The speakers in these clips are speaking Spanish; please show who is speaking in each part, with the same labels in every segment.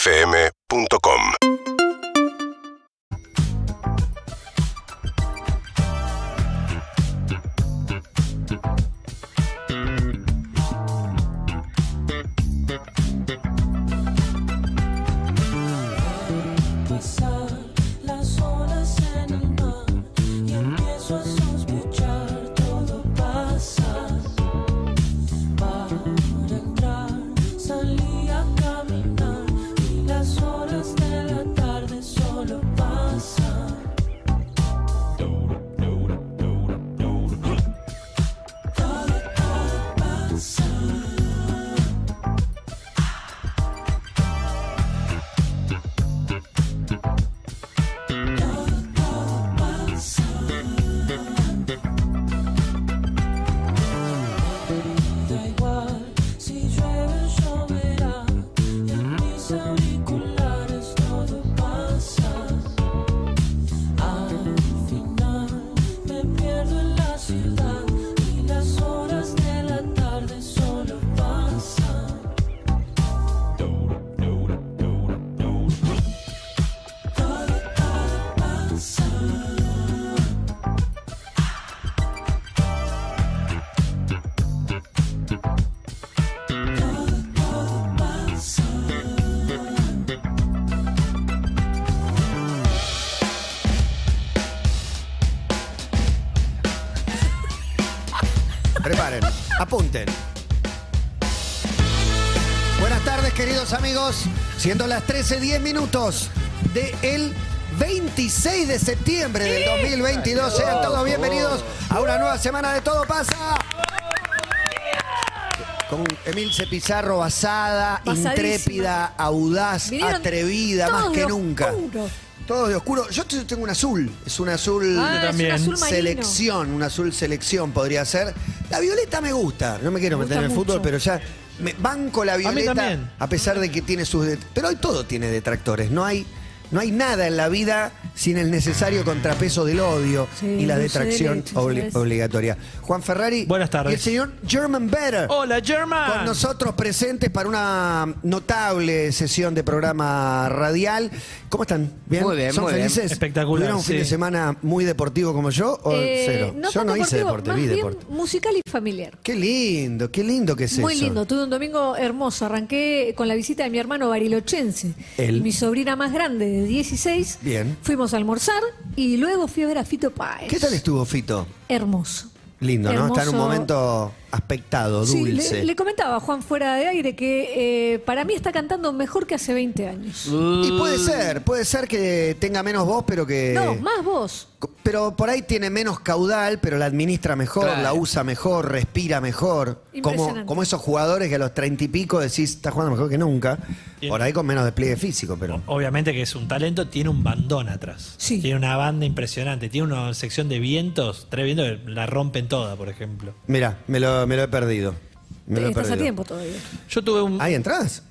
Speaker 1: UrbanaPlayFM.com
Speaker 2: Pasar las horas en el mar y empiezo a sospechar todo pasa para entrar salí a caminar y las horas de la tarde solo pasan todo todo pasa Da igual si llueve o lloverá, en mis auriculares todo pasa. Al final me pierdo en la ciudad y las horas de la tarde solo pasan. Todo, todo pasa.
Speaker 3: Preparen, apunten. Buenas tardes, queridos amigos. Siendo las 13.10 minutos de el 26 de septiembre del 2022. Sean todos bienvenidos a una nueva semana de Todo Pasa. Con Emilce Pizarro, basada,
Speaker 4: Basadísima.
Speaker 3: intrépida, audaz,
Speaker 4: Vinieron
Speaker 3: atrevida, más
Speaker 4: todos
Speaker 3: que
Speaker 4: de
Speaker 3: nunca.
Speaker 4: oscuro.
Speaker 3: Todos de oscuro. Yo tengo un azul. Es un azul
Speaker 4: Ah,
Speaker 5: también.
Speaker 4: Es un azul marino.
Speaker 3: selección, un azul selección podría ser. La violeta me gusta, no me quiero
Speaker 4: Me gusta
Speaker 3: meter en el fútbol,
Speaker 4: mucho.
Speaker 3: pero ya me banco la
Speaker 5: mí
Speaker 3: violeta
Speaker 5: también.
Speaker 3: a pesar de que tiene sus det- pero hoy todo tiene detractores, no hay no hay nada en la vida sin el necesario contrapeso del odio
Speaker 4: Sí,
Speaker 3: y la
Speaker 4: dulce
Speaker 3: detracción
Speaker 4: de leche,
Speaker 3: obli-
Speaker 4: ¿sabes?
Speaker 3: obligatoria. Juan Ferrari
Speaker 5: Buenas tardes.
Speaker 3: y el señor German Better.
Speaker 5: Hola, German.
Speaker 3: Con nosotros presentes para una notable sesión de programa radial. ¿Cómo están? ¿Bien?
Speaker 6: Muy bien,
Speaker 3: ¿Son
Speaker 6: muy bien.
Speaker 3: felices?
Speaker 5: Espectacular,
Speaker 3: ¿Tuvieron un fin
Speaker 5: sí.
Speaker 3: de semana muy deportivo como yo o
Speaker 4: Eh,
Speaker 3: cero? yo
Speaker 4: tan
Speaker 3: no hice
Speaker 4: deportivo,
Speaker 3: deporte,
Speaker 4: más
Speaker 3: vi
Speaker 4: bien
Speaker 3: deporte.
Speaker 4: Musical y familiar.
Speaker 3: Qué lindo, qué lindo que es
Speaker 4: Muy
Speaker 3: eso.
Speaker 4: lindo, tuve un domingo hermoso. Arranqué con la visita de mi hermano Barilochense,
Speaker 3: Él.
Speaker 4: mi sobrina más grande de 16.
Speaker 3: Bien.
Speaker 4: Fuimos a almorzar y luego fui a ver a Fito Páez.
Speaker 3: ¿Qué tal estuvo, Fito?
Speaker 4: Hermoso.
Speaker 3: Lindo, ¿no? Está en un
Speaker 4: Hermoso.
Speaker 3: momento aspectado,
Speaker 4: Sí, le-
Speaker 3: dulce.
Speaker 4: le, comentaba a Juan fuera de aire que eh, para mí está cantando mejor que hace 20 años.
Speaker 6: Mm.
Speaker 3: Y puede ser, puede ser que tenga menos voz, pero que...
Speaker 4: No, más vos.
Speaker 3: Pero por ahí tiene menos caudal, pero la administra mejor,
Speaker 6: Claro.
Speaker 3: la usa mejor, respira mejor. Como,
Speaker 4: Impresionante.
Speaker 3: como esos jugadores que a los treinta y pico decís, está jugando mejor que nunca.
Speaker 5: Bien.
Speaker 3: Por ahí con menos despliegue físico, pero.
Speaker 5: Obviamente que es un talento, tiene un bandón atrás.
Speaker 4: Sí.
Speaker 5: Tiene una banda impresionante, tiene una sección de vientos, tres vientos que la rompen toda, por ejemplo.
Speaker 3: Mirá, me lo, me lo he perdido. Me lo he
Speaker 4: Estás
Speaker 3: perdido.
Speaker 4: a tiempo todavía.
Speaker 5: Yo tuve un...
Speaker 3: ¿Hay entradas?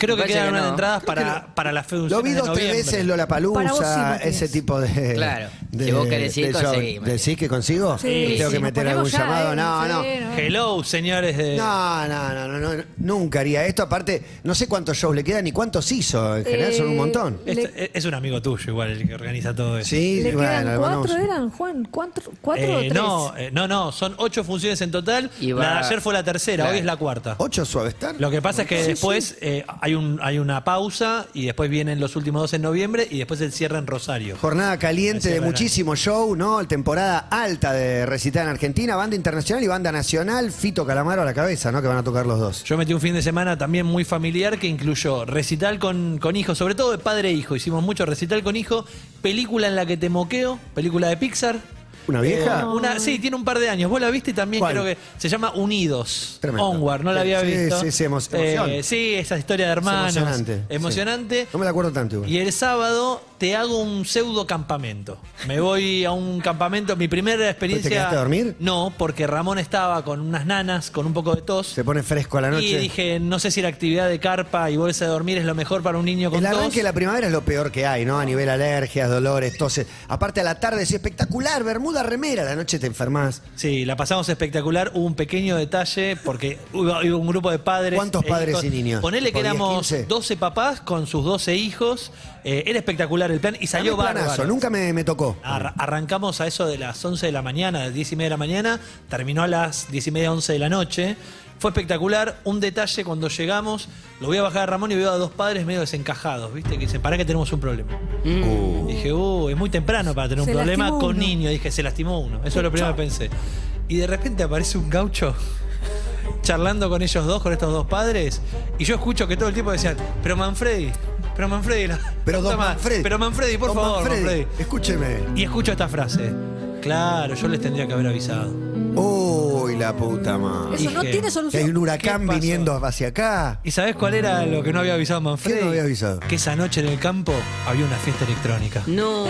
Speaker 5: creo que
Speaker 6: Parece
Speaker 5: quedaron
Speaker 6: que
Speaker 5: unas
Speaker 6: no.
Speaker 5: entradas
Speaker 3: Creo que
Speaker 5: para,
Speaker 3: lo-
Speaker 5: para la función
Speaker 3: Lo vi dos tres veces, Lola
Speaker 4: Para vos sí,
Speaker 3: Palusa,
Speaker 4: Matías.
Speaker 3: ese tipo de.
Speaker 6: Claro.
Speaker 3: de-
Speaker 6: Si vos querés ir,
Speaker 3: de show.
Speaker 6: conseguí, Matías.
Speaker 3: ¿Decís que consigo?
Speaker 4: Sí,
Speaker 3: Tengo
Speaker 4: sí,
Speaker 3: que
Speaker 4: nos
Speaker 3: meter algún
Speaker 4: ponemos ya,
Speaker 3: llamado.
Speaker 4: eh,
Speaker 3: no,
Speaker 4: sí,
Speaker 3: no.
Speaker 5: Hello, señores de...
Speaker 3: No, no, no, no, no, nunca haría esto. Aparte, no sé cuántos shows le quedan ni cuántos hizo. En general son un
Speaker 4: Eh,
Speaker 3: montón.
Speaker 5: Esto-
Speaker 4: Le-
Speaker 5: este, es un amigo tuyo igual el que organiza todo eso.
Speaker 3: Sí,
Speaker 4: Le
Speaker 3: bueno,
Speaker 4: quedan
Speaker 3: le mandamos-
Speaker 4: cuatro, ¿eh? eran, Juan, cuatro, cuatro
Speaker 5: Eh,
Speaker 4: o tres.
Speaker 5: no, eh, no, no, son ocho funciones en total.
Speaker 6: Y va-
Speaker 5: La de ayer fue la tercera,
Speaker 6: Claro.
Speaker 5: hoy es la cuarta.
Speaker 3: ¿Ocho suaves están?
Speaker 5: Lo que pasa es que después eh, hay, un, hay una pausa y después vienen los últimos dos en noviembre y después el cierre en Rosario.
Speaker 3: Jornada caliente
Speaker 5: Así es,
Speaker 3: de
Speaker 5: verdad.
Speaker 3: muchísimo show, ¿no? Temporada alta de recital en Argentina, banda internacional y banda nacional, Fito Calamaro a la cabeza, ¿no? Que van a tocar los dos.
Speaker 5: Yo metí un fin de semana también muy familiar que incluyó recital con, con hijo, sobre todo de padre e hijo. Hicimos mucho recital con hijo, película en la que te moqueo, película de Pixar.
Speaker 3: ¿Una vieja?
Speaker 5: Eh, una, sí, tiene un par de años. Vos la viste y también,
Speaker 3: ¿Cuál?
Speaker 5: creo que se llama Unidos.
Speaker 3: Tremendo.
Speaker 5: Onward, no la había
Speaker 3: Sí,
Speaker 5: visto. Eh,
Speaker 3: sí, sí, emo- emoción.
Speaker 5: sí, esa historia de hermanos.
Speaker 3: Es emocionante. sí.
Speaker 5: Emocionante.
Speaker 3: No me la acuerdo tanto igual.
Speaker 5: Y el sábado te hago un pseudo campamento. Me voy a un campamento. Mi primera experiencia.
Speaker 3: quedaste a dormir?
Speaker 5: No, porque Ramón estaba con unas nanas, con un poco de tos.
Speaker 3: Se pone fresco a la noche.
Speaker 5: Y dije, no sé si la actividad de carpa y bolsa de dormir es lo mejor para un niño con
Speaker 3: el
Speaker 5: tos.
Speaker 3: arranque de la primavera es lo peor que hay, ¿no? A nivel alergias, dolores, toses. Aparte a la tarde es espectacular, bermuda, remera, a la noche te enfermas.
Speaker 5: Sí, la pasamos espectacular. Hubo un pequeño detalle porque hubo, hubo un grupo de padres. eh,
Speaker 3: ¿Cuántos padres y niños?
Speaker 5: Ponele que
Speaker 3: ¿Tipo 10,
Speaker 5: éramos
Speaker 3: 15?
Speaker 5: 12 papás con sus 12 hijos. Eh, era espectacular el plan y salió
Speaker 3: Un planazo,
Speaker 5: bárbaro. Ah,
Speaker 3: nunca me, me tocó.
Speaker 5: Ar- arrancamos a eso de las 11 de la mañana, de 10 y media de la mañana, terminó a las 10 y media, 11 de la noche. Fue espectacular. Un detalle cuando llegamos, lo voy a bajar a Ramón y veo a dos padres medio desencajados, ¿viste? Que dicen, para que tenemos un problema.
Speaker 3: Mm.
Speaker 5: Dije, uh, es muy temprano para tener
Speaker 4: Se
Speaker 5: un problema
Speaker 4: lastimó
Speaker 5: con
Speaker 4: uno.
Speaker 5: niños. Dije, se lastimó uno. Eso es lo primero que pensé. Y de repente aparece un gaucho charlando con ellos dos, con estos dos padres, y yo escucho que todo el tiempo decían, pero Manfredi, pero Manfredi, la
Speaker 3: Pero
Speaker 5: puta
Speaker 3: don
Speaker 5: madre,
Speaker 3: Manfredi.
Speaker 5: pero Manfredi, por
Speaker 3: Don
Speaker 5: favor,
Speaker 3: Manfredi,
Speaker 5: Manfredi.
Speaker 3: Escúcheme.
Speaker 5: Y escucho esta frase. Claro, yo les tendría que haber avisado.
Speaker 3: Uy, la puta madre.
Speaker 4: Eso no
Speaker 5: Dije,
Speaker 4: tiene
Speaker 3: Que hay un
Speaker 4: solución.
Speaker 5: ¿Qué
Speaker 3: huracán
Speaker 5: pasó?
Speaker 3: viniendo hacia acá.
Speaker 5: ¿Y sabés cuál era lo que no había avisado Manfredi?
Speaker 3: ¿Qué no había avisado?
Speaker 5: Que esa noche en el campo había una fiesta electrónica.
Speaker 6: No.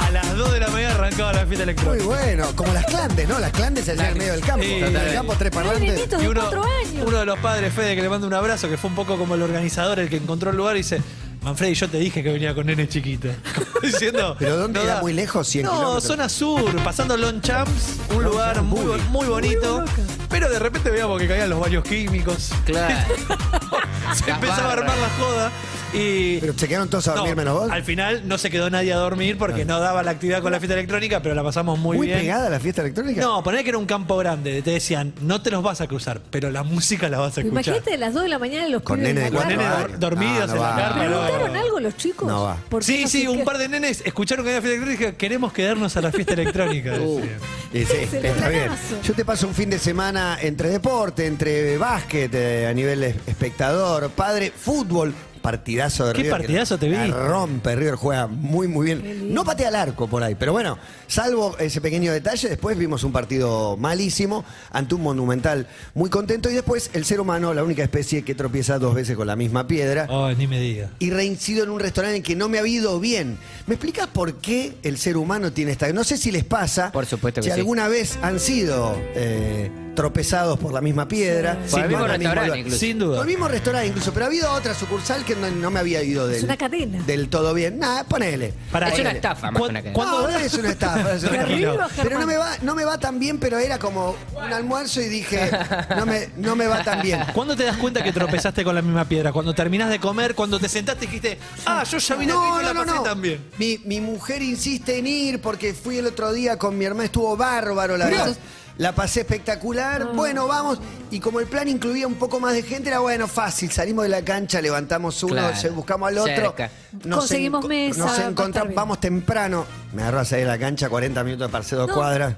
Speaker 5: A las 2 de la mañana arrancaba la fiesta
Speaker 3: Muy
Speaker 5: electrónica.
Speaker 3: bueno, como las clandes, ¿no? Las clandes se hacían en medio del campo.
Speaker 5: Sí.
Speaker 3: en el campo tres
Speaker 4: Eran
Speaker 3: parlantes.
Speaker 4: nenitos de
Speaker 5: uno,
Speaker 4: cuatro años.
Speaker 5: uno de los padres, Fede, que le mando un abrazo, que fue un poco como el organizador, el que encontró el lugar, dice, Manfredi, yo te dije que venía con nene chiquito. Como diciendo...
Speaker 3: ¿Pero dónde
Speaker 5: no
Speaker 3: era?
Speaker 5: da.
Speaker 3: ¿Muy lejos? 100
Speaker 5: No,
Speaker 3: kilómetros.
Speaker 5: zona sur, pasando Lonchamps, un lugar muy,
Speaker 3: Buri.
Speaker 5: muy bonito. Pero de repente veíamos que caían los baños químicos.
Speaker 6: Claro.
Speaker 5: Se
Speaker 6: Las
Speaker 5: empezaba a
Speaker 6: barras.
Speaker 5: armar la joda y...
Speaker 3: Pero se quedaron todos a dormir
Speaker 5: No,
Speaker 3: menos vos.
Speaker 5: Al final no se quedó nadie a dormir porque no daba la actividad con la fiesta electrónica, pero la pasamos muy,
Speaker 3: Muy,
Speaker 5: bien.
Speaker 3: pegada a la fiesta electrónica.
Speaker 5: No, poner que era un campo grande. Te decían, no te los vas a cruzar, pero la música la vas a escuchar.
Speaker 4: Imagínate a las 2 de la mañana los
Speaker 3: Con
Speaker 4: pibes
Speaker 3: nene de
Speaker 4: en la
Speaker 5: Los
Speaker 3: cuatro
Speaker 4: tarde.
Speaker 5: nenes
Speaker 3: años.
Speaker 5: dor- dormidos
Speaker 3: No, no
Speaker 5: en la
Speaker 3: va.
Speaker 5: carpa. no.
Speaker 4: ¿Preguntaron algo los chicos?
Speaker 3: No va.
Speaker 4: ¿Por qué
Speaker 5: Sí,
Speaker 4: no
Speaker 5: sí,
Speaker 4: se
Speaker 5: un
Speaker 4: quedan?
Speaker 5: par de nenes escucharon que había fiesta electrónica y dijeron, queremos quedarnos a la fiesta electrónica.
Speaker 3: Uh,
Speaker 5: decían.
Speaker 3: Y sí,
Speaker 4: Es el
Speaker 3: está bien.
Speaker 4: planazo.
Speaker 3: Yo te paso un fin de semana entre deporte, entre básquet, eh, a nivel es- espectador, padre, fútbol, partidazo de
Speaker 5: ¿Qué
Speaker 3: River. que
Speaker 5: partidazo te
Speaker 3: la
Speaker 5: vi?
Speaker 3: Rompe, River juega muy, muy bien. No patea al arco por ahí, pero bueno, salvo ese pequeño detalle, después vimos un partido malísimo ante un monumental muy contento y después el ser humano, la única especie que tropieza dos veces con la misma piedra,
Speaker 5: Ay, Oh, ni me digas.
Speaker 3: y reincido en un restaurante en que no me ha ido bien. ¿Me explicas por qué el ser humano tiene esta.? No sé si les pasa.
Speaker 6: Por supuesto que
Speaker 3: Si
Speaker 6: sí.
Speaker 3: alguna vez han sido eh, tropezados por la misma piedra.
Speaker 6: Por el
Speaker 3: van
Speaker 6: mismo
Speaker 3: al
Speaker 6: restaurante,
Speaker 3: lugar.
Speaker 6: incluso.
Speaker 5: Sin duda.
Speaker 3: Por el mismo restaurante, incluso. Pero ha habido otra sucursal que no, no me había ido del,
Speaker 4: una cadena.
Speaker 3: del todo bien. Nada, ponele.
Speaker 5: Pará,
Speaker 6: Es una
Speaker 5: eh,
Speaker 6: estafa más
Speaker 5: ¿cu-
Speaker 6: que una cadena.
Speaker 5: ¿cuándo-
Speaker 3: No, no es una estafa. es una estafa.
Speaker 5: Tranquilo.
Speaker 4: Arriba,
Speaker 3: Pero no
Speaker 4: Germán.
Speaker 3: me, va, no me va tan bien, pero era como un almuerzo y dije, no me, no me va tan bien.
Speaker 5: ¿Cuándo te das cuenta que tropezaste con la misma piedra? Cuando terminás de comer, cuando te sentaste y dijiste, ah, yo ya vine aquí y la pasé también.
Speaker 3: Mi, mi mujer insiste en ir porque fui el otro día con mi hermana, estuvo bárbaro la verdad. La pasé espectacular,
Speaker 5: Ah.
Speaker 3: bueno, vamos. Y como el plan incluía un poco más de gente, era bueno, fácil. Salimos de la cancha, levantamos uno,
Speaker 6: Claro.
Speaker 3: se- buscamos al otro.
Speaker 6: Cerca.
Speaker 4: Conseguimos
Speaker 3: enco-
Speaker 4: mesa, va a
Speaker 3: Nos
Speaker 4: estar
Speaker 3: encontramos,
Speaker 4: bien.
Speaker 3: vamos temprano. Me agarró a salir de la cancha, 40 minutos de parceo, dos
Speaker 4: No.
Speaker 3: cuadras.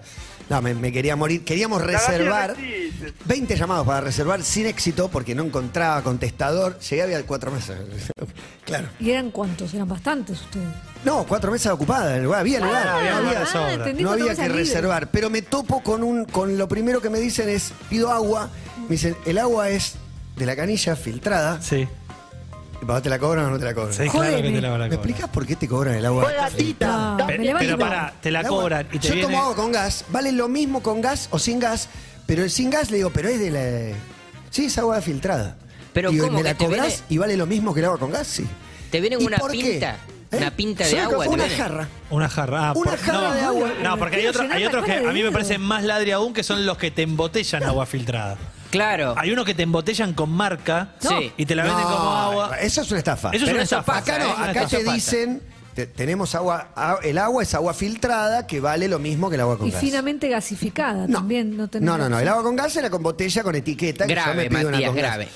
Speaker 3: No, me, me quería morir. Queríamos reservar. 20 llamados para reservar sin éxito porque no encontraba contestador. Llegué, había cuatro mesas. claro.
Speaker 4: ¿Y eran cuántos? Eran bastantes ustedes.
Speaker 3: No, cuatro mesas ocupadas, el lugar, había lugar,
Speaker 6: Ah,
Speaker 5: había
Speaker 3: no
Speaker 5: lugar
Speaker 3: había,
Speaker 5: de sobra.
Speaker 4: entendí,
Speaker 3: no había que
Speaker 4: cuatro mesas libres.
Speaker 3: reservar. Pero me topo con un, con lo primero que me dicen es, pido agua, me dicen, el agua es de la canilla filtrada,
Speaker 5: Sí.
Speaker 3: ¿Y para vos te la cobran o no te la cobran?
Speaker 5: Sí,
Speaker 4: Jódeme.
Speaker 5: claro que te la van a
Speaker 3: ¿Me
Speaker 5: cobrar.
Speaker 3: explicas por qué te cobran el agua?
Speaker 4: Ah,
Speaker 5: Pe-
Speaker 4: me
Speaker 5: Pero,
Speaker 4: levanto.
Speaker 5: pará, te la
Speaker 3: El agua-
Speaker 5: cobran y te
Speaker 3: Yo
Speaker 5: viene...
Speaker 3: tomo agua con gas, vale lo mismo con gas o sin gas, pero el sin gas le digo, pero es de la... Sí, es agua filtrada.
Speaker 6: Pero
Speaker 3: Digo,
Speaker 6: ¿cómo
Speaker 3: ¿me
Speaker 6: que
Speaker 3: la
Speaker 6: te
Speaker 3: cobras
Speaker 6: viene-
Speaker 3: y vale lo mismo que el agua con gas? Sí.
Speaker 6: Te vienen
Speaker 3: ¿Y
Speaker 6: una
Speaker 3: por qué? ¿Eh?
Speaker 6: pinta, una pinta de
Speaker 3: Sí,
Speaker 6: agua te
Speaker 3: Una
Speaker 6: viene.
Speaker 3: jarra.
Speaker 5: Una jarra. ah,
Speaker 3: Una jarra de agua.
Speaker 5: No, porque hay,
Speaker 4: Quiero
Speaker 5: otro-
Speaker 4: llenar
Speaker 5: hay
Speaker 4: la
Speaker 5: otros que
Speaker 4: jarra de
Speaker 5: a mí me
Speaker 4: vidrio.
Speaker 5: parecen más ladri aún, que son los que te embotellan agua filtrada.
Speaker 6: Claro.
Speaker 5: Hay unos que te embotellan con marca
Speaker 6: No. Sí.
Speaker 5: y te la venden
Speaker 3: No,
Speaker 5: como agua.
Speaker 3: Eso es una estafa.
Speaker 5: Eso es
Speaker 6: Pero
Speaker 5: una
Speaker 6: eso
Speaker 5: estafa.
Speaker 6: pasa,
Speaker 3: acá
Speaker 6: ¿eh?
Speaker 3: no,
Speaker 6: Eso
Speaker 3: acá te
Speaker 6: pasa.
Speaker 3: dicen, te- tenemos agua, a- el agua es agua filtrada que vale lo mismo que el agua con
Speaker 4: Y
Speaker 3: gas.
Speaker 4: finamente gasificada
Speaker 3: no.
Speaker 4: también. No, tenés-
Speaker 3: no, no, no, el agua con gas era con botella, con etiqueta. que yo
Speaker 6: Grave,
Speaker 3: me pido una
Speaker 6: Matías,
Speaker 3: con gas.
Speaker 6: grave.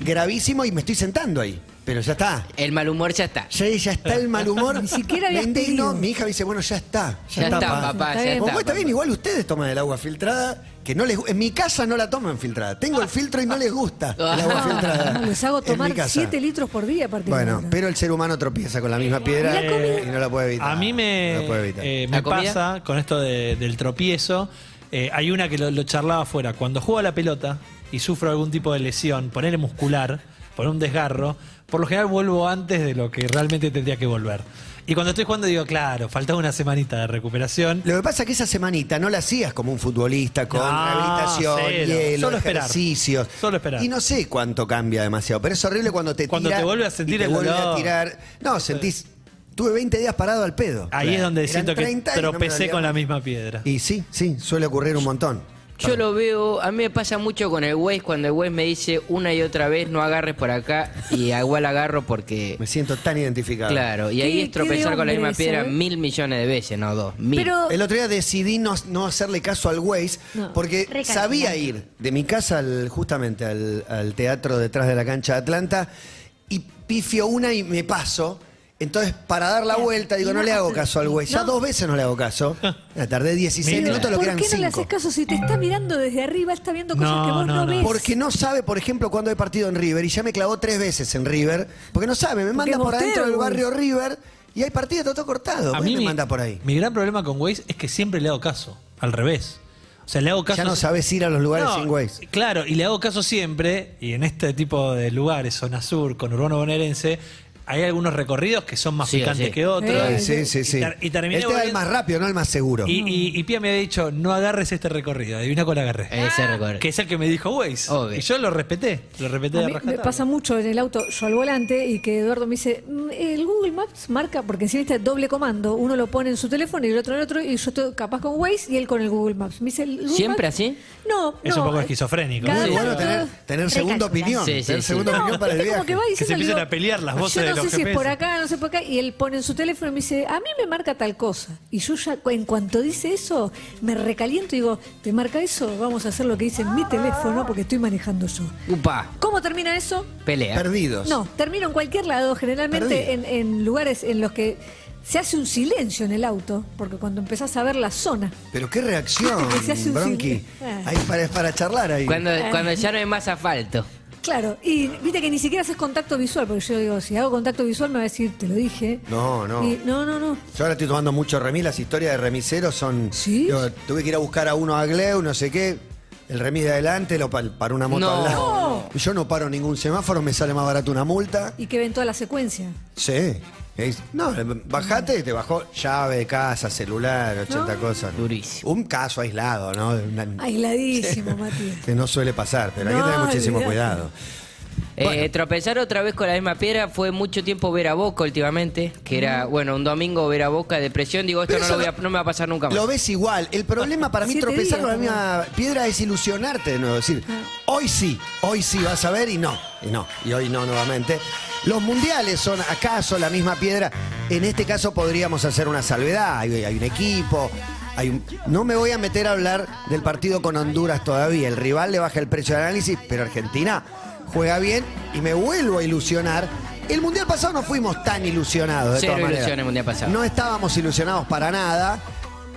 Speaker 3: Gravísimo y me estoy sentando ahí, pero ya está.
Speaker 6: El mal humor ya está.
Speaker 3: Ya, ya está el mal humor.
Speaker 4: Ni siquiera
Speaker 3: me
Speaker 4: habías
Speaker 3: indigno.
Speaker 4: pedido.
Speaker 3: Mi hija me dice, bueno, ya está. Ya,
Speaker 6: Ya
Speaker 3: está,
Speaker 6: está,
Speaker 3: pa.
Speaker 6: papá,
Speaker 4: Está
Speaker 6: ya
Speaker 4: bien.
Speaker 6: está.
Speaker 3: Vos está bien, igual ustedes toman el agua filtrada, que no les gu- En mi casa no la toman filtrada. Tengo el filtro y no les gusta el agua
Speaker 4: Ah,
Speaker 3: filtrada.
Speaker 4: no, les hago
Speaker 3: en mi
Speaker 4: tomar
Speaker 3: casa.
Speaker 4: 7 litros por día a partir de
Speaker 3: Bueno,
Speaker 4: ahora.
Speaker 3: pero el ser humano tropieza con la misma piedra
Speaker 4: ¿Y la comida?
Speaker 3: y no la puede evitar.
Speaker 5: A mí me,
Speaker 3: No la puede evitar.
Speaker 5: eh,
Speaker 6: ¿La
Speaker 5: me
Speaker 6: comida?
Speaker 5: pasa con esto de- del tropiezo. eh, hay una que lo, lo charlaba afuera. Cuando juego a la pelota y sufro algún tipo de lesión, ponerle muscular, por un desgarro, por lo general vuelvo antes de lo que realmente tendría que volver. Y cuando estoy jugando digo, claro, faltaba una semanita de recuperación.
Speaker 3: Lo que pasa es que esa semanita no la hacías como un futbolista con
Speaker 5: No,
Speaker 3: rehabilitación,
Speaker 5: cero.
Speaker 3: hielo,
Speaker 5: Solo esperar.
Speaker 3: ejercicios.
Speaker 5: Solo esperar.
Speaker 3: Y no sé cuánto cambia demasiado, pero es horrible cuando te
Speaker 5: Cuando
Speaker 3: tira
Speaker 5: te vuelve a sentir
Speaker 3: y te
Speaker 5: el
Speaker 3: vuelve a
Speaker 5: dolor.
Speaker 3: tirar. No, sentís. Tuve 20 días parado al pedo.
Speaker 5: Ahí es donde
Speaker 3: Eran
Speaker 5: siento que
Speaker 3: 30 y no me
Speaker 5: tropecé
Speaker 3: dolía
Speaker 5: con la
Speaker 3: más.
Speaker 5: misma piedra.
Speaker 3: Y sí, sí, suele ocurrir un montón.
Speaker 6: Yo lo veo, a mí me pasa mucho con el Waze cuando el Waze me dice una y otra vez no agarres por acá y igual agarro porque...
Speaker 3: Me siento tan identificado.
Speaker 6: Claro, y ahí
Speaker 4: ¿Qué-
Speaker 6: es
Speaker 4: qué de
Speaker 6: tropezar con la
Speaker 4: hombre
Speaker 6: misma
Speaker 4: ese,
Speaker 6: piedra
Speaker 4: eh?
Speaker 6: mil millones de veces, no dos, mil.
Speaker 4: Pero
Speaker 3: El otro día decidí no, no hacerle caso al Waze
Speaker 4: No.
Speaker 3: porque
Speaker 7: Recalculante.
Speaker 3: sabía ir de mi casa al- justamente al, al teatro detrás de la cancha de Atlanta y pifio una y me paso. Entonces, para dar la
Speaker 7: Claro.
Speaker 3: vuelta, digo,
Speaker 7: Y
Speaker 3: no
Speaker 7: no
Speaker 3: le hago
Speaker 7: haces-
Speaker 3: caso al Waze. Ya
Speaker 4: no.
Speaker 3: dos veces no le hago caso. Ya Tardé 16
Speaker 5: Mira.
Speaker 3: minutos, lo
Speaker 4: ¿por
Speaker 3: que eran
Speaker 4: qué no le haces
Speaker 3: 5.
Speaker 4: caso si te está mirando desde arriba? Está viendo cosas
Speaker 5: No,
Speaker 4: que vos
Speaker 5: no,
Speaker 4: no,
Speaker 5: no.
Speaker 4: ves.
Speaker 3: Porque no sabe, por ejemplo, cuándo hay partido en River. Y ya me clavó tres veces en River. Porque no sabe, me manda
Speaker 4: es
Speaker 3: por adentro del
Speaker 4: bostero,
Speaker 3: barrio River y hay partido todo cortado. ¿Por qué me
Speaker 5: mi-
Speaker 3: manda por ahí.
Speaker 5: Mi gran problema con Waze es que siempre le hago caso, al revés. O sea, le hago caso.
Speaker 3: Ya no sabes ir a los lugares
Speaker 5: No,
Speaker 3: sin Waze.
Speaker 5: Claro, y le hago caso siempre, y en este tipo de lugares, zona sur, con urbano bonaerense, hay algunos recorridos que son más
Speaker 6: Sí,
Speaker 5: picantes
Speaker 6: sí.
Speaker 5: que otros.
Speaker 4: Eh,
Speaker 3: Sí, sí,
Speaker 5: Y
Speaker 3: sí.
Speaker 5: ter- y terminé
Speaker 3: este era el
Speaker 5: volviendo-
Speaker 3: más rápido, no el más seguro.
Speaker 5: Y, y- y Pía me había dicho, no agarres este recorrido. Adivina cuál agarré.
Speaker 6: Ese
Speaker 4: Ah.
Speaker 6: recorrido.
Speaker 5: Que es el que me dijo Waze.
Speaker 6: Eh, Obvio.
Speaker 5: Y yo lo respeté. Lo respeté
Speaker 4: A
Speaker 5: de
Speaker 4: mí me
Speaker 5: rajatabla.
Speaker 4: pasa mucho en el auto, yo al volante, y que Eduardo me dice, "Mm, el Google Maps marca, porque encima está doble comando, uno lo pone en su teléfono y el otro en el otro, y yo estoy capaz con Waze y él con el Google Maps. Me dice, "¿El Google
Speaker 6: ¿Siempre
Speaker 4: Maps?".
Speaker 6: así?
Speaker 4: No,
Speaker 5: Es
Speaker 4: no,
Speaker 5: un poco
Speaker 4: eh,
Speaker 5: esquizofrénico.
Speaker 4: cada
Speaker 3: Muy
Speaker 5: Sí.
Speaker 3: bueno
Speaker 4: tanto-
Speaker 3: tener, tener segunda opinión.
Speaker 6: Sí, sí,
Speaker 3: tener
Speaker 6: sí.
Speaker 3: segunda
Speaker 6: No,
Speaker 3: opinión para el
Speaker 4: viste
Speaker 3: viaje.
Speaker 4: Ah, como que va
Speaker 5: Que se
Speaker 4: diciendo,
Speaker 5: empiezan
Speaker 4: digo,
Speaker 5: a pelear las voces
Speaker 4: Yo no
Speaker 5: de los
Speaker 4: sé si es
Speaker 5: GPS".
Speaker 4: por acá, no sé por acá. Y él pone en su teléfono y me dice, a mí me marca tal cosa. Y yo ya, cu- en cuanto dice eso, me recaliento y digo, ¿te marca eso? Vamos a hacer lo que dice en mi teléfono porque estoy manejando yo.
Speaker 6: Upa,
Speaker 4: ¿Cómo termina eso?
Speaker 6: pelea.
Speaker 3: Perdidos.
Speaker 4: No, termino en cualquier lado, generalmente en,
Speaker 3: Perdido.
Speaker 4: en lugares en los que se hace un silencio en el auto, porque cuando empezás a ver la zona.
Speaker 3: Pero qué reacción,
Speaker 4: Que se hace un
Speaker 3: Bronqui.
Speaker 4: silencio. Ah.
Speaker 3: Ahí para, para charlar ahí.
Speaker 6: Cuando, cuando ya no hay más asfalto.
Speaker 4: Claro, y viste que ni siquiera haces contacto visual, porque yo digo, si hago contacto visual me va a decir, te lo dije.
Speaker 3: No, no.
Speaker 4: Y- no, no, no.
Speaker 3: Yo ahora estoy tomando mucho remis, las historias de remiseros son...
Speaker 4: ¿Sí?
Speaker 3: digo, tuve que ir a buscar a uno a Gleu, no sé qué, el remis de adelante, lo pa- paró una moto
Speaker 6: No.
Speaker 3: al lado. Yo no paro ningún semáforo, me sale más barato una multa.
Speaker 4: Y que ven toda la secuencia.
Speaker 3: Sí. Es- no, eh, bajate, te bajó llave de casa, celular, 80 cosas.
Speaker 6: Durísimo.
Speaker 3: Un caso aislado, ¿no? Una-
Speaker 4: Aisladísimo, Matías.
Speaker 3: que no suele pasar, pero hay que
Speaker 4: No,
Speaker 3: tener muchísimo
Speaker 4: olvidate.
Speaker 3: cuidado.
Speaker 6: Eh, tropezar otra vez con la misma piedra fue mucho tiempo ver a Boca últimamente, que era, bueno, un domingo ver a Boca, depresión, digo, esto
Speaker 3: Pero
Speaker 6: no,
Speaker 3: eso
Speaker 6: lo voy a- no me va a pasar nunca más.
Speaker 3: Lo ves igual. El problema para mí
Speaker 4: Siete
Speaker 3: tropezar
Speaker 4: días, Ah.
Speaker 3: con la misma piedra es ilusionarte de nuevo. Decir, hoy sí, hoy sí vas a ver y no, y no, y hoy no nuevamente. Los mundiales son acaso la misma piedra. En este caso podríamos hacer una salvedad. Hay, hay un equipo. Hay un- No me voy a meter a hablar del partido con Honduras todavía. El rival le baja el precio de análisis, pero Argentina juega bien y me vuelvo a ilusionar. El mundial pasado no fuimos tan ilusionados. De
Speaker 6: Cero
Speaker 3: todas maneras.
Speaker 6: ilusiones el mundial pasado.
Speaker 3: No estábamos ilusionados para nada,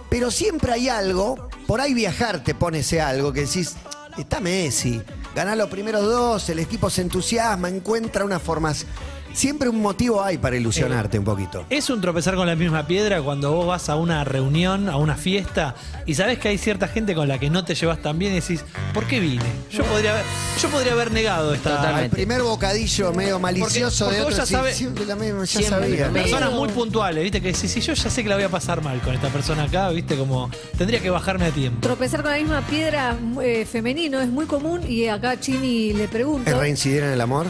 Speaker 3: pero siempre hay algo, por ahí viajar te pone ese algo que decís, está Messi, ganás los primeros dos, el equipo se entusiasma, encuentra unas formas. Siempre un motivo hay para ilusionarte un poquito.
Speaker 5: Es un tropezar con la misma piedra cuando vos vas a una reunión, a una fiesta, y sabés que hay cierta gente con la que no te llevas tan bien y decís, ¿por qué vine? Yo podría haber, yo podría haber negado esta.
Speaker 6: Totalmente.
Speaker 3: Al primer bocadillo medio malicioso
Speaker 5: porque
Speaker 3: de
Speaker 5: vos
Speaker 3: otro,
Speaker 5: ya
Speaker 3: sí,
Speaker 5: sabe-
Speaker 3: siempre la misma, ya
Speaker 6: siempre
Speaker 3: sabía.
Speaker 6: lo mismo.
Speaker 5: Personas muy puntuales, ¿viste? Que decís, si yo ya sé que la voy a pasar mal con esta persona acá, ¿viste? Como tendría que bajarme a tiempo.
Speaker 4: Tropezar con la misma piedra eh, femenino es muy común y acá Chini le pregunto.
Speaker 3: ¿Es reincidir en el amor?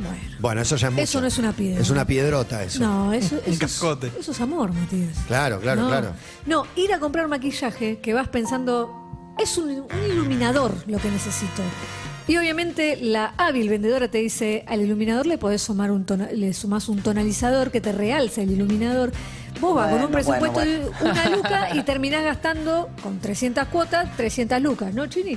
Speaker 4: Bueno,
Speaker 3: Bueno, eso ya es mucho.
Speaker 4: Eso no es una piedra.
Speaker 3: Es una piedrota eso.
Speaker 4: no, eso, eso es-
Speaker 5: cascote.
Speaker 4: eso es amor, Matías.
Speaker 3: Claro, claro,
Speaker 4: No.
Speaker 3: claro.
Speaker 4: No, ir a comprar maquillaje que vas pensando, es un, un iluminador lo que necesito. Y obviamente la hábil vendedora te dice, al iluminador le podés sumar un tona- le sumás un tonalizador que te realza el iluminador. Vos vas con un presupuesto de una luca y terminás gastando con 300 cuotas 300 lucas, ¿no, Chini?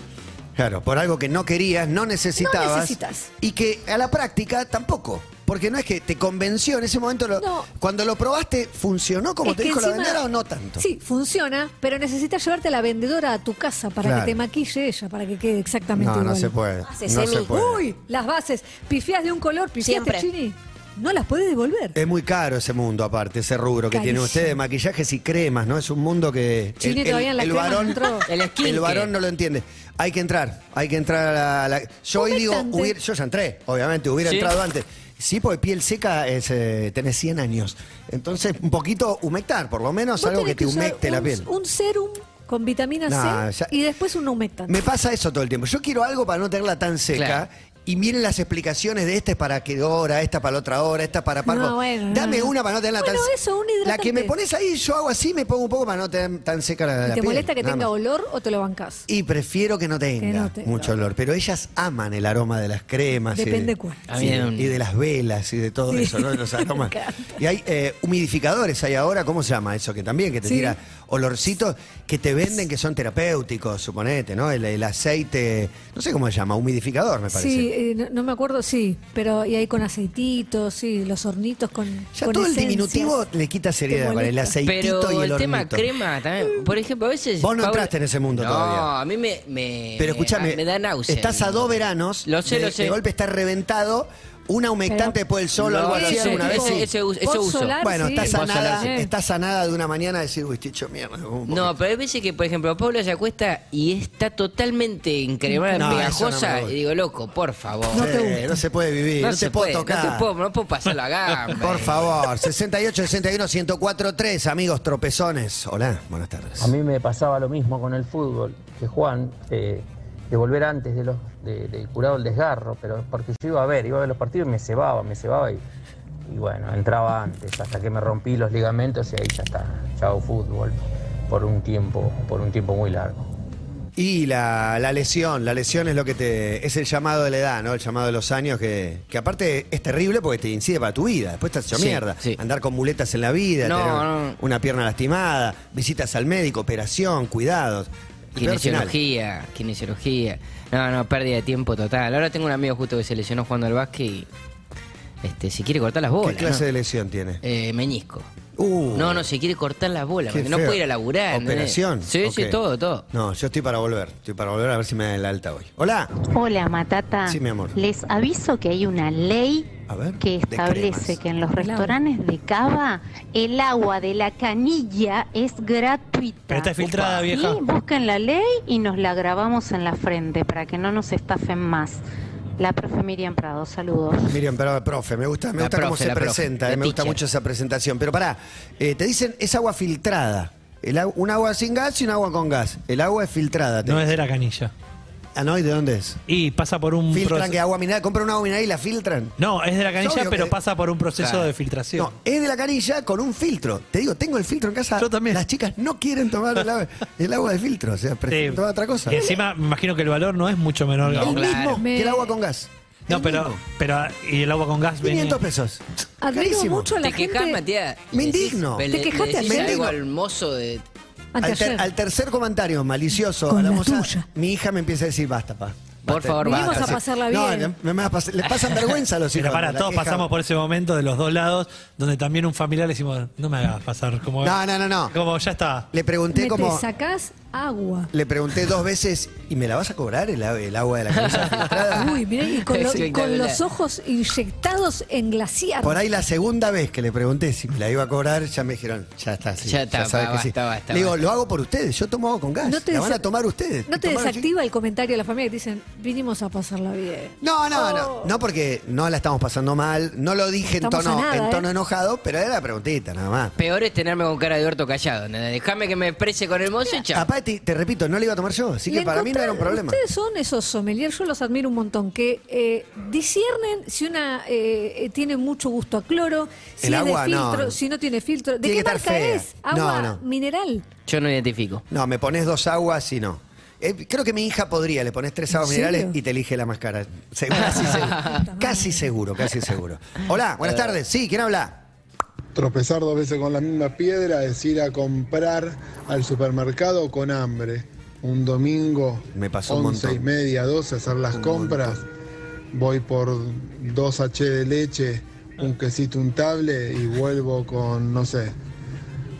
Speaker 3: Claro, por algo que no querías, no necesitabas.
Speaker 4: No necesitas.
Speaker 3: Y que a la práctica tampoco. Porque no es que te convenció en ese momento. lo-
Speaker 4: No.
Speaker 3: Cuando lo probaste, ¿funcionó como
Speaker 4: Es
Speaker 3: te
Speaker 4: que
Speaker 3: dijo la
Speaker 4: encima-
Speaker 3: vendedora o no tanto?
Speaker 4: Sí, funciona, pero necesitas llevarte a la vendedora a tu casa para
Speaker 3: Claro.
Speaker 4: que te maquille ella, para que quede exactamente
Speaker 3: No,
Speaker 4: igual.
Speaker 3: no se puede.
Speaker 7: Haces
Speaker 3: no se
Speaker 7: semi.
Speaker 3: puede.
Speaker 4: Uy, las bases. Pifiás de un color, pifiaste,
Speaker 7: Siempre.
Speaker 4: Chini. No las podés devolver.
Speaker 3: Es muy caro ese mundo, aparte, ese rubro que tiene
Speaker 4: Carísimo.
Speaker 3: usted de maquillajes y cremas, ¿no? Es un mundo que.
Speaker 4: Chini todavía en las cremas no entró.
Speaker 6: El skincare.
Speaker 3: el varón no lo entiende. Hay que entrar, hay que entrar a la. a la- yo hoy digo,
Speaker 4: Expectante.
Speaker 3: hubiera- yo ya entré, obviamente, hubiera
Speaker 6: Sí.
Speaker 3: entrado antes. Sí, porque piel seca es, eh, tenés 100 años. Entonces, un poquito humectar, por lo menos
Speaker 4: Vos
Speaker 3: algo que
Speaker 4: tenés
Speaker 3: te
Speaker 4: usar
Speaker 3: humecte la
Speaker 4: un-
Speaker 3: piel.
Speaker 4: Un serum con vitamina
Speaker 3: Nah,
Speaker 4: C
Speaker 3: ya-
Speaker 4: y después un humectante.
Speaker 3: Me pasa eso todo el tiempo. Yo quiero algo para no tenerla tan seca.
Speaker 6: Claro.
Speaker 3: Y miren las explicaciones de esta es para qué hora, esta para la otra hora, esta para párpado.
Speaker 4: No, bueno,
Speaker 3: Dame
Speaker 4: no.
Speaker 3: una para no tenerla
Speaker 4: Bueno,
Speaker 3: tan
Speaker 4: eso, un
Speaker 3: La que me
Speaker 4: hidratante.
Speaker 3: pones ahí, yo hago así, me pongo un poco para no tener tan seca la, la
Speaker 4: ¿Y
Speaker 3: piel.
Speaker 4: ¿Te molesta que
Speaker 3: nada
Speaker 4: tenga
Speaker 3: más.
Speaker 4: olor o te lo bancás?
Speaker 3: Y prefiero que no tenga
Speaker 4: no tenga.
Speaker 3: mucho olor. Pero ellas aman el aroma de las cremas. y de-
Speaker 4: Depende cuál.
Speaker 6: A
Speaker 3: sí,
Speaker 6: mí no-
Speaker 3: y de las velas y de todo
Speaker 4: Sí.
Speaker 3: eso, ¿no? Los aromas.
Speaker 4: Me encanta.
Speaker 3: Y hay eh, humidificadores ahí ahora, ¿cómo se llama eso? Que también, que te
Speaker 4: Sí.
Speaker 3: tira olorcitos que te venden que son terapéuticos, suponete, ¿no? El, el aceite, no sé cómo se llama, humidificador, me parece.
Speaker 4: Sí, eh, no, no me acuerdo, sí, pero y ahí con aceititos, sí, los hornitos con.
Speaker 3: Ya
Speaker 4: con
Speaker 3: todo el
Speaker 4: esencias.
Speaker 3: diminutivo le quita seriedad,
Speaker 4: Te
Speaker 3: ¿vale? el
Speaker 4: molesta.
Speaker 3: aceitito
Speaker 6: Pero
Speaker 3: y el,
Speaker 6: el, tema
Speaker 3: hornito.
Speaker 6: crema también. Por ejemplo, a veces.
Speaker 3: Vos no
Speaker 6: Paula-
Speaker 3: entraste en ese mundo
Speaker 6: no,
Speaker 3: todavía.
Speaker 6: a mí me. me
Speaker 3: Pero escúchame,
Speaker 6: Eh, ah, Me da náusea.
Speaker 3: estás a dos veranos,
Speaker 6: Lo sé,
Speaker 3: de,
Speaker 6: lo sé.
Speaker 3: de golpe estás reventado, una humectante
Speaker 4: Pero-
Speaker 3: después del sol,
Speaker 6: No,
Speaker 3: algo así
Speaker 6: ese-
Speaker 3: alguna vez.
Speaker 6: ese-
Speaker 3: sí.
Speaker 6: ese- eso
Speaker 4: Post
Speaker 6: uso.
Speaker 4: solar,
Speaker 3: Bueno,
Speaker 4: sí.
Speaker 3: estás
Speaker 6: Vos
Speaker 3: sanada,
Speaker 6: salás,
Speaker 4: Eh.
Speaker 3: estás sanada de una mañana a decir, uy, estoy hecho mierda. un poco".
Speaker 6: No, pero hay veces que, por ejemplo, Paula se acuesta y está totalmente encremada,
Speaker 3: No, eso no me
Speaker 6: pegajosa.
Speaker 3: gusta.
Speaker 6: y digo, loco, por favor.
Speaker 3: Sí, no se puede vivir, no, se, puede tocar.
Speaker 6: No, te puedo, no puedo pasar la gamba.
Speaker 3: Por favor, 68, 61, 104, 3, amigos tropezones. Hola, buenas tardes.
Speaker 7: A mí me pasaba lo mismo con el fútbol, que Juan, eh, de volver antes de los, de, de curado el desgarro, pero porque yo iba a ver, iba a ver los partidos y me cebaba, me cebaba y, y bueno, entraba antes, hasta que me rompí los ligamentos y ahí ya está, chao fútbol, por un tiempo, por un tiempo muy largo.
Speaker 3: Y la, la lesión, la lesión es lo que te. es el llamado de la edad, ¿no? El llamado de los años que, que aparte es terrible porque te incide para tu vida. Después te has hecho
Speaker 6: Sí,
Speaker 3: mierda.
Speaker 6: sí.
Speaker 3: Andar con muletas en la vida,
Speaker 6: No,
Speaker 3: tener
Speaker 6: no.
Speaker 3: una pierna lastimada, visitas al médico, operación, cuidados. El peor final.
Speaker 6: Kinesiología, kinesiología. No, no, pérdida de tiempo total. Ahora tengo un amigo justo que se lesionó jugando al básquet y. Este, se quiere cortar las bolas.
Speaker 3: ¿Qué clase
Speaker 6: ¿no?
Speaker 3: de lesión tiene?
Speaker 6: Eh, meñisco.
Speaker 3: Uh.
Speaker 6: no, no, se quiere cortar las bolas.
Speaker 3: Qué
Speaker 6: porque No
Speaker 3: feo.
Speaker 6: puede ir a laburar. ¿entendés?
Speaker 3: ¿Operación?
Speaker 6: Sí,
Speaker 3: Ok.
Speaker 6: sí, todo, todo.
Speaker 3: No, yo estoy para volver. Estoy para volver a ver si me dan el alta hoy. Hola.
Speaker 8: Hola, Matata.
Speaker 3: Sí, mi amor.
Speaker 8: Les aviso que hay una ley
Speaker 3: A ver,
Speaker 8: que
Speaker 3: de cremas.
Speaker 8: establece que en los
Speaker 4: Claro.
Speaker 8: restaurantes de cava el agua de la canilla es gratuita.
Speaker 5: Pero está filtrada,
Speaker 8: Upa.
Speaker 5: vieja.
Speaker 8: Y busquen la ley y nos la grabamos en la frente para que no nos estafen más. La profe Miriam Prado, saludos.
Speaker 3: Miriam, pero profe, me gusta, me
Speaker 6: La
Speaker 3: gusta cómo
Speaker 6: profe,
Speaker 3: se
Speaker 6: la profe,
Speaker 3: presenta,
Speaker 6: la
Speaker 3: eh, me gusta
Speaker 6: teacher.
Speaker 3: mucho esa presentación. Pero pará, eh, te dicen es agua filtrada. El, agu- un agua sin gas y un agua con gas. El agua es filtrada. te-
Speaker 5: No es de la canilla.
Speaker 3: Ah, no, ¿y de dónde es?
Speaker 5: Y pasa por un
Speaker 3: Filtran
Speaker 5: proce-
Speaker 3: que agua mineral, compran una agua mineral y la filtran.
Speaker 5: No, es de la
Speaker 3: Es
Speaker 5: canilla,
Speaker 3: obvio
Speaker 5: pero
Speaker 3: que-
Speaker 5: pasa por un proceso
Speaker 6: Claro.
Speaker 5: de filtración.
Speaker 3: No, es de la canilla con un filtro. Te digo, tengo el filtro en casa.
Speaker 5: Yo también.
Speaker 3: Las chicas no quieren tomar el agua, el agua de filtro, o sea, prefieren
Speaker 5: Sí.
Speaker 3: tomar otra cosa.
Speaker 5: Y encima, me imagino que el valor no es mucho menor.
Speaker 6: No,
Speaker 3: el
Speaker 5: No,
Speaker 6: claro.
Speaker 3: mismo
Speaker 4: Me-
Speaker 3: que el agua con gas. El
Speaker 5: pero,
Speaker 3: mismo.
Speaker 5: pero. ¿Y el agua con gas? venía-
Speaker 3: 500 pesos.
Speaker 4: Admiro
Speaker 3: Carísimo.
Speaker 4: mucho a la
Speaker 6: Te quejas,
Speaker 4: gente.
Speaker 6: Matías.
Speaker 3: Me indigno.
Speaker 6: Le-
Speaker 4: Te
Speaker 6: le
Speaker 4: quejaste
Speaker 6: decís
Speaker 3: ayer.
Speaker 6: algo
Speaker 3: Me
Speaker 6: al mozo de.
Speaker 3: Al,
Speaker 4: Anteayer.
Speaker 3: ter- al tercer comentario malicioso
Speaker 4: Con
Speaker 3: a la
Speaker 4: la
Speaker 3: moza,
Speaker 4: tuya.
Speaker 3: mi hija me empieza a decir basta, pa.
Speaker 6: Por
Speaker 3: Basta,
Speaker 6: favor,
Speaker 4: Vinimos
Speaker 3: basta".
Speaker 4: a pasarla bien.
Speaker 3: No, me- me vas a pas- les pasan vergüenza a los hijos.
Speaker 5: Pero para,
Speaker 3: la
Speaker 5: todos
Speaker 3: queja.
Speaker 5: pasamos por ese momento de los dos lados, donde también un familiar le decimos, no me hagas pasar como.
Speaker 3: No, no, no, no.
Speaker 5: Como ya está.
Speaker 3: Le pregunté
Speaker 4: Me
Speaker 3: como...
Speaker 4: Te sacás agua.
Speaker 3: Le pregunté dos veces, ¿y me la vas a cobrar el, a- el agua de la camisa filtrada?
Speaker 4: Ah, Uy, mirá, y con, lo-
Speaker 6: Espectacular.
Speaker 4: con los ojos inyectados en glaciar.
Speaker 3: Por ahí la segunda vez que le pregunté si me la iba a cobrar, ya me dijeron, ya está, sí,
Speaker 6: Ya está,
Speaker 3: sabes
Speaker 6: pa,
Speaker 3: que sí".
Speaker 6: basta, basta,
Speaker 3: Le digo,
Speaker 6: basta.
Speaker 3: lo hago por ustedes, yo tomo agua con gas, la van
Speaker 4: desa-
Speaker 3: a tomar ustedes.
Speaker 4: No te
Speaker 3: Tomaron,
Speaker 4: desactiva el comentario de la familia que te dicen, vinimos a pasarla bien.
Speaker 3: No, no, no. No porque no la estamos pasando mal. No lo dije en
Speaker 4: Oh. Estamos
Speaker 3: tono,
Speaker 4: a nada,
Speaker 3: en tono
Speaker 4: ¿eh?
Speaker 3: enojado, pero era la preguntita nada más.
Speaker 6: Peor es tenerme con cara de Berto callado. ¿no? Déjame que me exprese con el mozo y chao.
Speaker 3: Aparte, te repito, no la iba a tomar yo, así que
Speaker 4: Le
Speaker 3: para mí no era un
Speaker 4: encontrás-
Speaker 3: problema.
Speaker 4: Ustedes son esos sommeliers, yo los admiro un montón, que eh, disciernen si una eh, eh, tiene mucho gusto a cloro, si
Speaker 3: El
Speaker 4: es
Speaker 3: agua,
Speaker 4: de
Speaker 3: no.
Speaker 4: filtro, si no tiene filtro. ¿De
Speaker 3: Tiene que
Speaker 4: qué
Speaker 3: estar
Speaker 4: marca
Speaker 3: fea.
Speaker 4: es? ¿Agua
Speaker 3: No, no.
Speaker 4: mineral?
Speaker 6: Yo no identifico.
Speaker 3: No, me pones dos aguas y no. Eh, creo que mi hija podría, le pones tres aguas
Speaker 4: ¿En serio?
Speaker 3: minerales y te elige la más cara. Se- Casi seguro, casi seguro, casi seguro. Hola, buenas tardes. Sí, ¿quién habla?
Speaker 9: Tropezar dos veces con la misma piedra es ir a comprar al supermercado con hambre. Un domingo,
Speaker 3: Me pasó un
Speaker 9: 11 y
Speaker 3: montón.
Speaker 9: media, 12, hacer las compras. Voy por dos H de leche, un quesito untable y vuelvo con, no sé,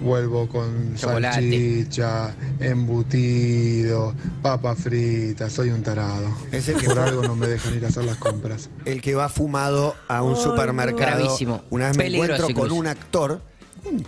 Speaker 9: vuelvo con
Speaker 6: Chocolate.
Speaker 9: salchicha, embutido, papa frita. Soy un tarado.
Speaker 3: Es el que-
Speaker 9: por algo no me dejan ir a hacer las compras.
Speaker 3: El que va fumado a un supermercado.
Speaker 6: Gravísimo.
Speaker 3: Una vez me
Speaker 6: Peligroso
Speaker 3: encuentro con
Speaker 6: incluso.
Speaker 3: un actor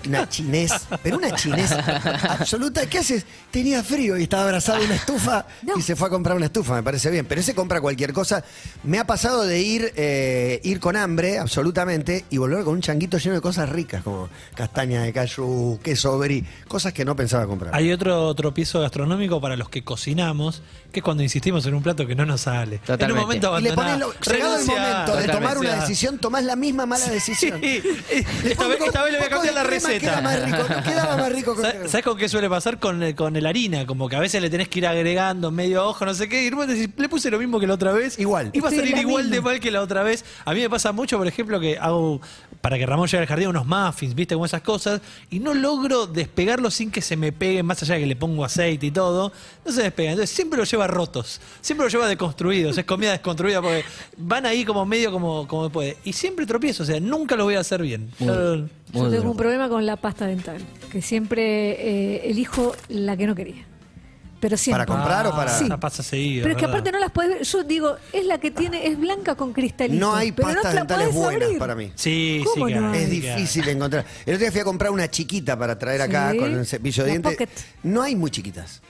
Speaker 3: Una chinés, pero una chinés absoluta. ¿Qué haces? Tenía frío y estaba abrazado a una estufa
Speaker 4: No.
Speaker 3: y se fue a comprar una estufa, me parece bien. Pero ese compra cualquier cosa. Me ha pasado de ir, eh, ir con hambre, absolutamente, y volver con un changuito lleno de cosas ricas, como castaña de cayú, queso brie, cosas que no pensaba comprar.
Speaker 5: Hay otro tropiezo gastronómico para los que cocinamos, que es cuando insistimos en un plato que no nos sale. En un
Speaker 6: Totalmente.
Speaker 5: momento
Speaker 3: y le pones
Speaker 5: abandonás.
Speaker 3: lo- llegado el
Speaker 5: renunciás,
Speaker 3: momento de tomar una
Speaker 5: renunciás.
Speaker 3: decisión, tomás la misma mala decisión.
Speaker 5: Sí.
Speaker 3: Le
Speaker 5: Esta
Speaker 3: pongo
Speaker 5: vez, esta vez le voy
Speaker 3: un poco
Speaker 5: a cambiar
Speaker 3: de
Speaker 5: la
Speaker 3: crema,
Speaker 5: receta.
Speaker 3: Queda más rico, no quedaba más rico con crema.
Speaker 5: ¿Sabes con qué suele pasar con, el- con el harina? Como que a veces le tenés que ir agregando medio ojo, no sé qué. Y de repente decís, le puse lo mismo que la otra vez.
Speaker 3: Igual.
Speaker 5: Y va a
Speaker 4: Estoy en
Speaker 5: salir
Speaker 4: la
Speaker 5: igual de
Speaker 4: misma.
Speaker 5: mal que la otra vez. A mí me pasa mucho, por ejemplo, que hago para que Ramón llegue al jardín unos muffins, viste, como esas cosas. Y no logro despegarlo sin que se me pegue, más allá de que le pongo aceite y todo. No se despega. Entonces siempre lo lleva rotos. Siempre lo lleva deconstruidos. Es comida desconstruida porque van ahí como medio como, como puede. Y siempre tropiezo. O sea, nunca lo voy a hacer bien. No-
Speaker 4: Yo tengo un problema con la pasta dental, que siempre eh, elijo la que no quería. Pero siempre.
Speaker 3: ¿Para comprar o para-
Speaker 4: Sí.
Speaker 5: Ya pasa seguido.
Speaker 4: Pero es que
Speaker 5: Ah, ¿verdad?
Speaker 4: aparte no las puedes ver. Yo digo, es la que tiene, es blanca con cristalitos.
Speaker 3: No hay
Speaker 4: pero
Speaker 3: pastas
Speaker 4: no te la
Speaker 3: dentales
Speaker 4: podés
Speaker 3: buenas
Speaker 4: abrir.
Speaker 3: para mí.
Speaker 5: Sí,
Speaker 4: ¿Cómo
Speaker 5: sí,
Speaker 4: no?
Speaker 5: que hay,
Speaker 3: Es
Speaker 5: sí que hay.
Speaker 3: difícil de encontrar. El otro día fui a comprar una chiquita para traer acá
Speaker 4: Sí.
Speaker 3: con el cepillo de
Speaker 4: La
Speaker 3: dientes.
Speaker 4: pocket.
Speaker 3: No hay muy chiquitas.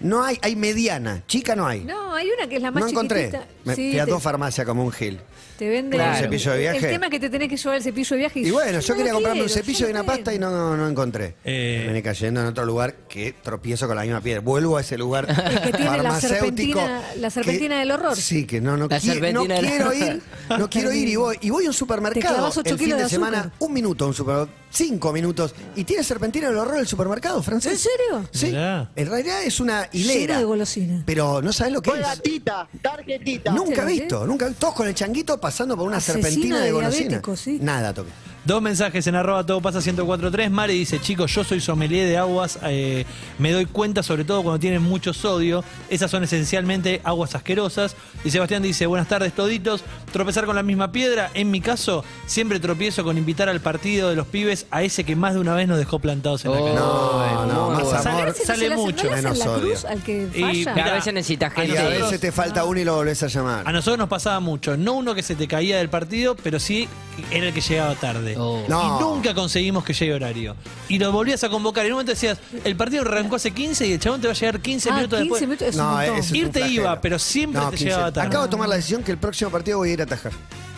Speaker 3: No hay, hay mediana. Chica no hay.
Speaker 4: No, hay una que es la más
Speaker 3: No encontré.
Speaker 4: chiquitita.
Speaker 3: Me
Speaker 4: Sí,
Speaker 3: fui a
Speaker 4: te-
Speaker 3: dos farmacias como un gil.
Speaker 4: Te vende el
Speaker 6: Claro. ¿Un
Speaker 3: cepillo de viaje?
Speaker 4: El tema es que te tenés que llevar el cepillo de viaje.
Speaker 3: Y bueno, yo
Speaker 4: no
Speaker 3: quería
Speaker 4: lo
Speaker 3: comprarme un
Speaker 4: quiero,
Speaker 3: cepillo
Speaker 4: yo
Speaker 3: y una
Speaker 4: no quiero.
Speaker 3: pasta y no, no, no encontré.
Speaker 5: Eh.
Speaker 3: Me vení cayendo en otro lugar que tropiezo con la misma piedra. Vuelvo a ese lugar
Speaker 4: El que tiene la
Speaker 3: farmacéutico.
Speaker 4: serpentina- la
Speaker 3: que-
Speaker 4: serpentina del horror.
Speaker 3: Sí, que no, no,
Speaker 6: La
Speaker 3: qui- no
Speaker 6: serpentina del
Speaker 3: quiero
Speaker 6: horror.
Speaker 3: ir. No quiero ir y voy. Y voy a un
Speaker 4: Te
Speaker 3: supermercado
Speaker 4: clavas ocho
Speaker 3: el fin
Speaker 4: kilos
Speaker 3: de
Speaker 4: de
Speaker 3: semana,
Speaker 4: azúcar.
Speaker 3: un minuto, a un supermercado, cinco minutos. Y tiene serpentina del horror el supermercado francés.
Speaker 4: ¿En serio?
Speaker 3: Sí.
Speaker 5: Mirá.
Speaker 3: En realidad es una
Speaker 4: Lleno
Speaker 3: hilera.
Speaker 4: de golosina.
Speaker 3: Pero no sabes lo que es.
Speaker 10: Tita, tarjetita.
Speaker 3: Nunca
Speaker 4: ¿Sí?
Speaker 3: visto, nunca todos con el changuito pasando por una
Speaker 4: Asesino
Speaker 3: serpentina de,
Speaker 4: de
Speaker 3: golosina.
Speaker 4: diabético, sí.
Speaker 3: Nada toque.
Speaker 5: Dos mensajes en arroba todo pasa 1043. Mari dice, chicos, yo soy sommelier de aguas. eh, me doy cuenta, sobre todo cuando tienen mucho sodio. Esas son esencialmente aguas asquerosas. Y Sebastián dice, buenas tardes toditos. Tropezar con la misma piedra. En mi caso, siempre tropiezo con invitar al partido de los pibes a ese que más de una vez nos dejó plantados en la
Speaker 6: Oh,
Speaker 5: calle.
Speaker 3: No, no,
Speaker 6: muy
Speaker 3: más
Speaker 6: bueno.
Speaker 3: amor.
Speaker 4: Sale,
Speaker 5: sale mucho
Speaker 3: menos
Speaker 4: la
Speaker 3: odio.
Speaker 4: cruz al que
Speaker 5: Y
Speaker 4: falla?
Speaker 5: mirá,
Speaker 6: A veces necesita
Speaker 5: a
Speaker 3: Y
Speaker 6: gente.
Speaker 3: a
Speaker 5: nosotros-
Speaker 3: veces te falta uno y lo volvés a
Speaker 5: A
Speaker 4: Ah,
Speaker 3: llamar.
Speaker 5: nosotros nos pasaba mucho, no uno que se te caía del partido, pero sí era el que llegaba tarde.
Speaker 6: Oh.
Speaker 3: No.
Speaker 5: Y nunca conseguimos que llegue horario. Y lo volvías a convocar. Y en un momento decías, el partido arrancó hace 15 y el chabón te va a llegar 15
Speaker 4: Ah,
Speaker 5: minutos
Speaker 4: 15
Speaker 5: después.
Speaker 4: minutos es un
Speaker 3: No, eh,
Speaker 4: montón.
Speaker 3: es un
Speaker 5: Irte
Speaker 3: flagelo.
Speaker 5: iba, pero siempre te
Speaker 3: 15.
Speaker 5: llegaba tarde.
Speaker 3: Acabo de tomar la decisión que el próximo partido voy a ir a atajar.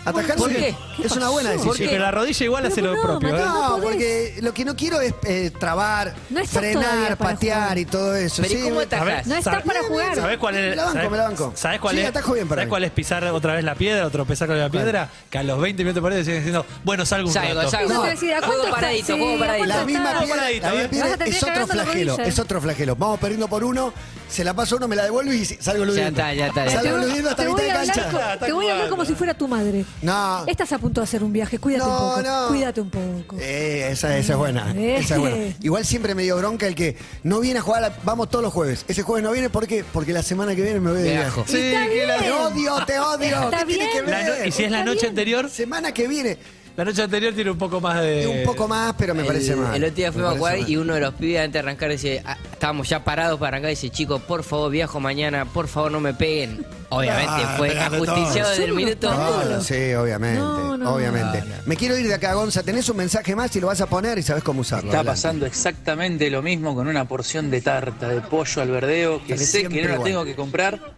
Speaker 3: Atajar
Speaker 6: ¿Por
Speaker 3: sí,
Speaker 6: qué?
Speaker 3: es una buena
Speaker 4: ¿Por
Speaker 5: Sí,
Speaker 3: decisión.
Speaker 5: pero la rodilla igual
Speaker 4: Pero
Speaker 5: hace lo
Speaker 4: no,
Speaker 5: propio.
Speaker 4: Mateo,
Speaker 5: ¿eh?
Speaker 4: no
Speaker 3: No,
Speaker 4: podés.
Speaker 3: porque lo que no quiero es eh, trabar,
Speaker 4: No estás
Speaker 3: frenar,
Speaker 4: todavía para
Speaker 3: patear
Speaker 4: jugar.
Speaker 3: y todo eso.
Speaker 6: Pero ¿y
Speaker 3: Sí,
Speaker 6: cómo
Speaker 3: me-
Speaker 6: atajás?
Speaker 5: ¿Sabés-
Speaker 4: No estás
Speaker 5: sabés-
Speaker 4: para jugar.
Speaker 5: ¿Sabés cuál es?
Speaker 3: Me la banco,
Speaker 5: sabés-
Speaker 3: me la banco.
Speaker 5: ¿Sabés cuál
Speaker 3: Sí,
Speaker 5: es?
Speaker 3: atajo bien para
Speaker 5: ¿Sabés
Speaker 3: mí.
Speaker 5: cuál es pisar otra vez la piedra o tropezar con la piedra? Que a los 20 minutos por ahí siguen diciendo, bueno, salgo un
Speaker 6: Salgo,
Speaker 5: rato.
Speaker 6: salgo.
Speaker 4: Eso te decía, ¿a
Speaker 6: Juego
Speaker 4: cuánto
Speaker 6: paradito,
Speaker 4: está? Sí,
Speaker 6: juego
Speaker 4: ¿a
Speaker 6: paradito.
Speaker 4: cuánto
Speaker 3: La
Speaker 4: está?
Speaker 3: misma
Speaker 5: Estaba
Speaker 3: piedra,
Speaker 5: paradito,
Speaker 3: la misma
Speaker 5: ¿eh?
Speaker 3: piedra
Speaker 4: Vas a terminar
Speaker 3: es otro
Speaker 4: cagando la
Speaker 3: flagelo,
Speaker 4: rodilla, ¿eh?
Speaker 3: es otro flagelo. Vamos perdiendo por uno, se la paso uno, me la devuelvo y salgo ludiendo.
Speaker 6: está, ya está, ya
Speaker 4: Te
Speaker 3: Salgo
Speaker 6: está.
Speaker 4: voy-
Speaker 3: ludiendo hasta
Speaker 4: te
Speaker 3: mitad
Speaker 4: voy
Speaker 3: de
Speaker 4: a hablar
Speaker 3: cancha.
Speaker 4: co- Te voy a hablar como si fuera tu madre.
Speaker 3: No.
Speaker 4: Estás a punto de hacer un viaje, cuídate
Speaker 3: No,
Speaker 4: un poco.
Speaker 3: no.
Speaker 4: Cuídate un poco.
Speaker 3: Eh, esa, esa es buena.
Speaker 4: Eh.
Speaker 3: Esa es buena. Igual siempre me dio bronca el que no viene a jugar, a- vamos todos los jueves. Ese jueves no viene porque porque la semana que viene me voy de
Speaker 6: De
Speaker 3: viaje.
Speaker 6: ajo.
Speaker 5: Sí,
Speaker 4: Está
Speaker 5: que la-
Speaker 3: Te odio, te odio.
Speaker 4: Está
Speaker 3: ¿Qué tiene
Speaker 4: bien.
Speaker 3: que
Speaker 5: La no-
Speaker 3: ver?
Speaker 5: y si es la
Speaker 4: Está
Speaker 5: noche
Speaker 4: bien.
Speaker 5: anterior,
Speaker 3: Semana que viene.
Speaker 5: la noche anterior tiene un poco más de.
Speaker 3: un poco más, pero me parece
Speaker 6: Oh. el,
Speaker 3: mal.
Speaker 6: el otro día
Speaker 3: Me
Speaker 6: fuimos
Speaker 3: parece
Speaker 6: a jugar
Speaker 3: mal.
Speaker 6: y uno de los pibes antes de arrancar dice, ah, estábamos ya parados para arrancar, dice, chicos, por favor viajo mañana, por favor no me peguen. Obviamente
Speaker 3: Ah,
Speaker 6: fue
Speaker 3: pegando
Speaker 6: ajusticiado
Speaker 3: todo.
Speaker 6: desde el
Speaker 4: Son unos
Speaker 6: minuto
Speaker 3: No,
Speaker 6: uno.
Speaker 3: no, sí, obviamente.
Speaker 4: No, no,
Speaker 3: obviamente.
Speaker 6: no, no.
Speaker 3: Me quiero ir de acá, Gonza. Tenés un mensaje más y lo vas a poner y sabés cómo usarlo.
Speaker 11: Está
Speaker 3: Adelante.
Speaker 11: pasando exactamente lo mismo con una porción de tarta de pollo al verdeo que
Speaker 3: Sale
Speaker 11: sé que
Speaker 3: siempre
Speaker 11: no la
Speaker 3: igual.
Speaker 11: tengo que comprar,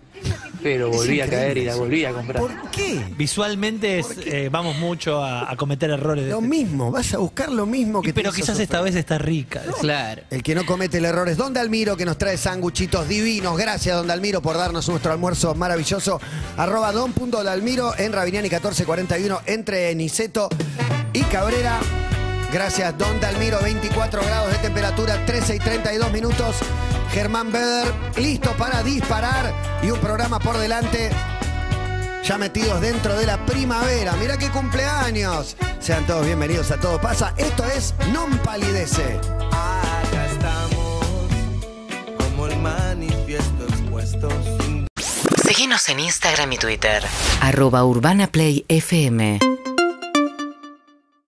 Speaker 11: pero
Speaker 3: Es
Speaker 11: volví a caer
Speaker 3: increíble
Speaker 11: y la
Speaker 3: eso.
Speaker 11: volví a comprar.
Speaker 3: ¿Por qué?
Speaker 5: Visualmente es, eh, vamos mucho a, a cometer errores. de
Speaker 3: Lo
Speaker 5: este-
Speaker 3: mismo, vas a buscar lo mismo que
Speaker 5: Y
Speaker 3: te
Speaker 5: pero
Speaker 3: hizo
Speaker 5: quizás
Speaker 3: sufrir.
Speaker 5: esta vez está rica.
Speaker 6: Claro.
Speaker 3: El que no comete el error es Don Dalmiro, que nos trae sanguchitos divinos. Gracias, Don Dalmiro, por darnos nuestro almuerzo maravilloso. Arroba don.dalmiro en Rabiniani 1441, entre Niceto y Cabrera. Gracias, Don Dalmiro, 24 grados de temperatura, 13 y 32 minutos. Germán Beder, listo para disparar y un programa por delante. Ya metidos dentro de la primavera. Mirá qué cumpleaños. Sean todos bienvenidos a Todo Pasa. Esto es Non Palidece.
Speaker 10: Acá estamos, como el manifiesto expuesto sin
Speaker 2: Síguenos en Instagram y Twitter.
Speaker 12: arroba urbanaplayfm